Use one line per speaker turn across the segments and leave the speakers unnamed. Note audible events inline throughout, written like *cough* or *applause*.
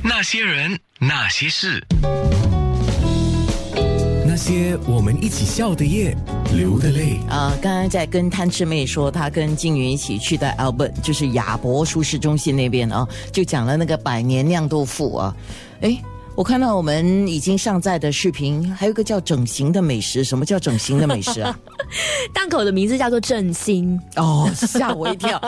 那些人，那些事，
那些我们一起笑的夜，流的泪。
呃，刚刚在跟贪吃妹说，她跟静云一起去的 Albert，就是亚博舒适中心那边啊，就讲了那个百年酿豆腐啊。诶，我看到我们已经上载的视频，还有一个叫整形的美食。什么叫整形的美食啊？
档口的名字叫做振兴，
*laughs* 哦，吓我一 *laughs* 跳！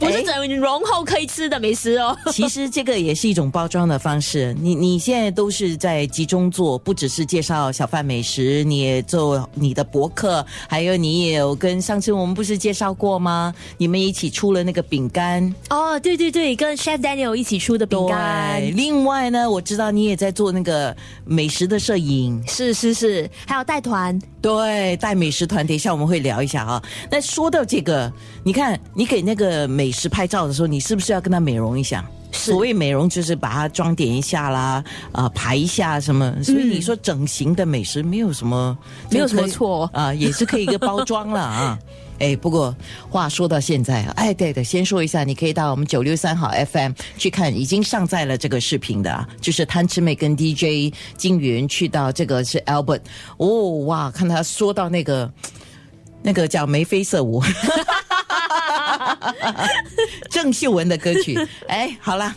不是整容后可以吃的美食哦。
其实这个也是一种包装的方式。你你现在都是在集中做，不只是介绍小贩美食，你也做你的博客，还有你也有跟上次我们不是介绍过吗？你们一起出了那个饼干，
哦，对对对，跟 Chef Daniel 一起出的饼干
对。，另外呢，我知道你也在做那个美食的摄影，
是是是，还有带团，
对，带美食团，等一下我们会聊一下啊。那说到这个，你看你给那个美食拍照的时候，你是不是要跟他美容一下？
是
所谓美容就是把它装点一下啦，啊、排一下什么。所以你说整形的美食没有什么，
嗯没有什么
这可以
错哦
啊、也是可以一个包装了啊。 *laughs* 哎，不过话说到现在啊，哎，对的，先说一下，你可以到我们九六三号 FM 去看，已经上载了这个视频的啊，就是贪吃妹跟 DJ 金云去到这个是 Albert，哦哇，看他说到那个那个叫眉飞色舞， *laughs* 郑秀文的歌曲，哎，好啦。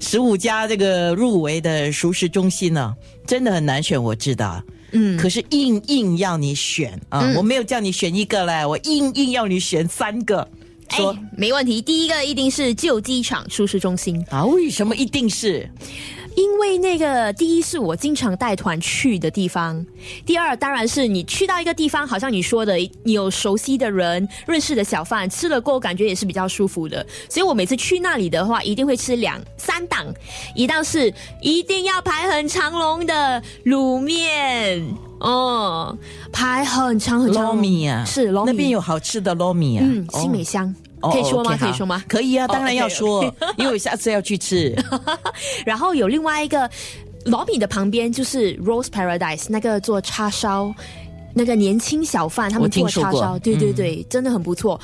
十五家这个入围的熟食中心呢、真的很难选，我知道。嗯，可是硬硬要你选啊！
嗯
我没有叫你选一个嘞，我硬硬要你选三个。
哎
说、，
没问题。第一个一定是旧机场舒适中心，
啊，为什么一定是？
因为那个第一是我经常带团去的地方，第二当然是你去到一个地方，好像你说的，你有熟悉的人、认识的小贩，吃了过后感觉也是比较舒服的。所以我每次去那里的话，一定会吃两三档，一道是一定要排很长龙的卤面，哦，排很长很长
捞
龙
米啊，
是捞米
那边有好吃的捞米啊，
嗯
哦
新美香。
哦
可以说吗？
OK，
可以说吗
好？可以啊，
哦
当然要
OK，OK
说，因为我下次要去
*laughs*
吃。
然后有另外一个老米的旁边就是 Rose Paradise 那个做叉烧，那个年轻小贩他
我
们
听
做
说
叉
过嗯
烧，对对对，真的很不错。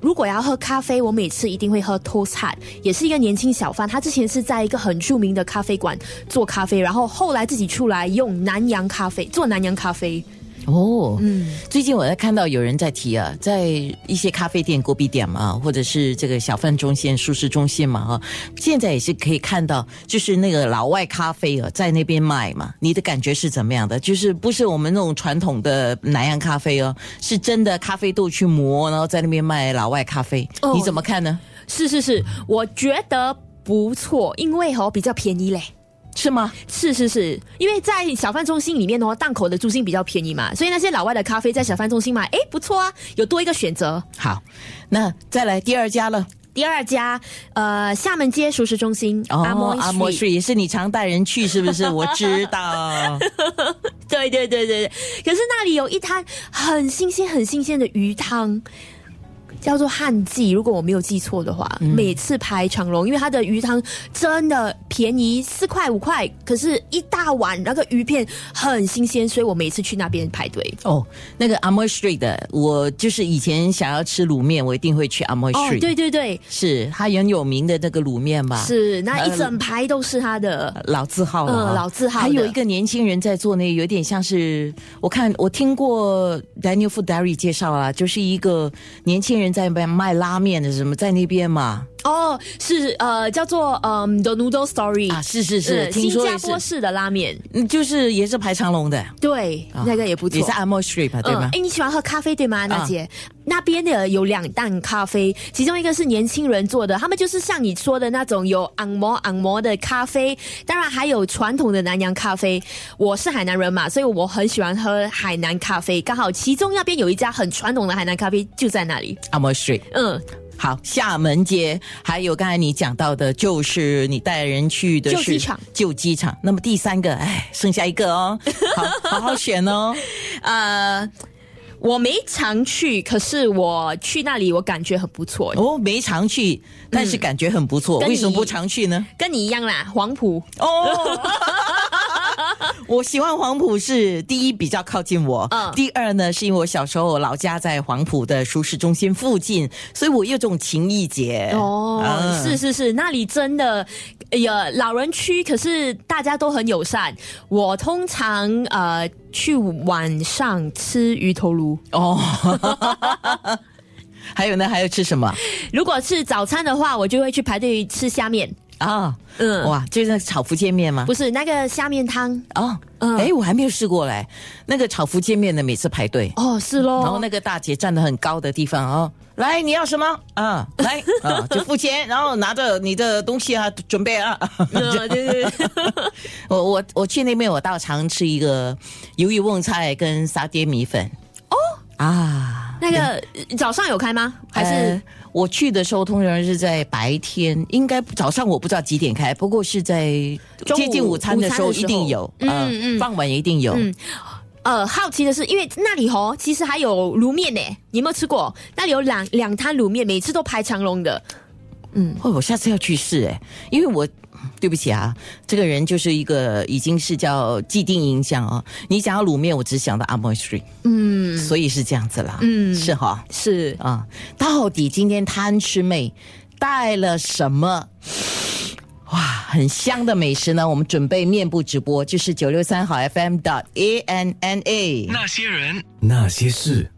如果要喝咖啡，我每次一定会喝 Toast Hut，也是一个年轻小贩。他之前是在一个很著名的咖啡馆做咖啡，然后后来自己出来用南洋咖啡做南洋咖啡。
哦，
嗯，
最近我在看到有人在提啊，在一些咖啡店、国币点嘛，或者是这个小贩中心、舒适中心嘛，啊，现在也是可以看到，就是那个老外咖啡啊，在那边卖嘛。你的感觉是怎么样的？就是不是我们那种传统的南洋咖啡哦，是真的咖啡豆去磨，然后在那边卖老外咖啡，
哦
你怎么看呢？
是是是，我觉得不错，因为哦比较便宜嘞。
是吗？
是是是，因为在小贩中心里面的话，哦档口的租金比较便宜嘛，所以那些老外的咖啡在小贩中心买，诶，不错啊，有多一个选择。
好，那再来第二家了。
第二家，呃，厦门街熟食中心，阿莫
哦阿莫
水，
水也是你常带人去，是不是？我知道。
对对对对对。可是那里有一摊很新鲜、很新鲜的鱼汤，叫做汉记，如果我没有记错的话，
嗯
每次排长龙，因为它的鱼汤真的便宜，四块五块，可是一大碗那个鱼片很新鲜，所以我每次去那边排队。
哦，那个 Amoy Street 的，我就是以前想要吃卤面，我一定会去 Amoy
哦
Street。，
对，对对，
是它很有名的那个卤面吧？
是，那
呃
一整排都是他的。
老字号了、啊
嗯老字号的
还有一个年轻人在做那，有点像是我看我听过 Daniel f u d a r i 介绍啊，就是一个年轻人在卖卖拉面的，什么在那边嘛
哦，是呃，叫做嗯、The Noodle Story，、
啊，是是是，
呃
听
新
说
加
也是
坡，式的拉面，
嗯就是也是排长龙的，
对，那个也不错。
啊也是 Amoy Street 吧，对
嗯，
吗？
哎，你喜欢喝咖啡对吗，娜
啊
姐？那边的有两档咖啡，其中一个是年轻人做的，他们就是像你说的那种有昂摩昂摩的咖啡，当然还有传统的南洋咖啡。我是海南人嘛，所以我很喜欢喝海南咖啡。刚好其中那边有一家很传统的海南咖啡就在那里。
Amoy Street。
嗯，
好，厦门街，还有刚才你讲到的，就是你带人去的是
旧机场，
旧机场。那么第三个，哎，剩下一个
*laughs*
哦，好好好选哦。
呃，我没常去，可是我去那里我感觉很不错。
哦，没常去，但是感觉很不错，
跟你
为什么不常去呢？
跟你一样啦，黄埔
哦。 *laughs* 我喜欢黄埔是第一比较靠近我，
嗯
第二呢是因为我小时候老家在黄埔的熟食中心附近，所以我有种情意结。
哦，
嗯
是是是，那里真的哎呀，老人区可是大家都很友善。我通常呃去晚上吃鱼头炉，
哦。 *laughs* 还有呢？还要吃什么
如果是早餐的话，我就会去排队吃虾面。
啊？
嗯，
哇，就是那个炒福建面吗？
不是那个虾面汤
哦，
嗯
哎、我还没有试过嘞。那个炒福建面的每次排队，
哦，是咯。
然后那个大姐站得很高的地方哦，来，你要什么啊？
*laughs*
来啊，就付钱，然后拿着你的东西啊，准备啊。 *laughs*
嗯， *laughs* 对对对，
我我我去那边，我倒常吃一个鱿鱼瓮菜跟沙爹米粉。哦啊，
*laughs* 那个呃早上有开吗？还是
呃我去的时候通常是在白天，应该早上我不知道几点开，不过是在
中午
接近午餐的时候
午餐的时
一
候
定有，
嗯
呃
嗯
傍晚也一定有。
嗯呃，好奇的是，因为那里哦，其实还有卤面呢，你有没有吃过？那里有两两摊卤面，每次都排长龙的。
哦，我下次要去试哎，因为我对不起啊，这个人就是一个已经是叫既定印象啊、哦。你讲到卤面，我只想到阿莫 street，
嗯，
所以是这样子啦。
嗯
是哈
是
啊、到底今天贪吃妹带了什么？哇，很香的美食呢！我们准备面部直播，就是九六三好 FM dot A N N A。
那些人。
那些事。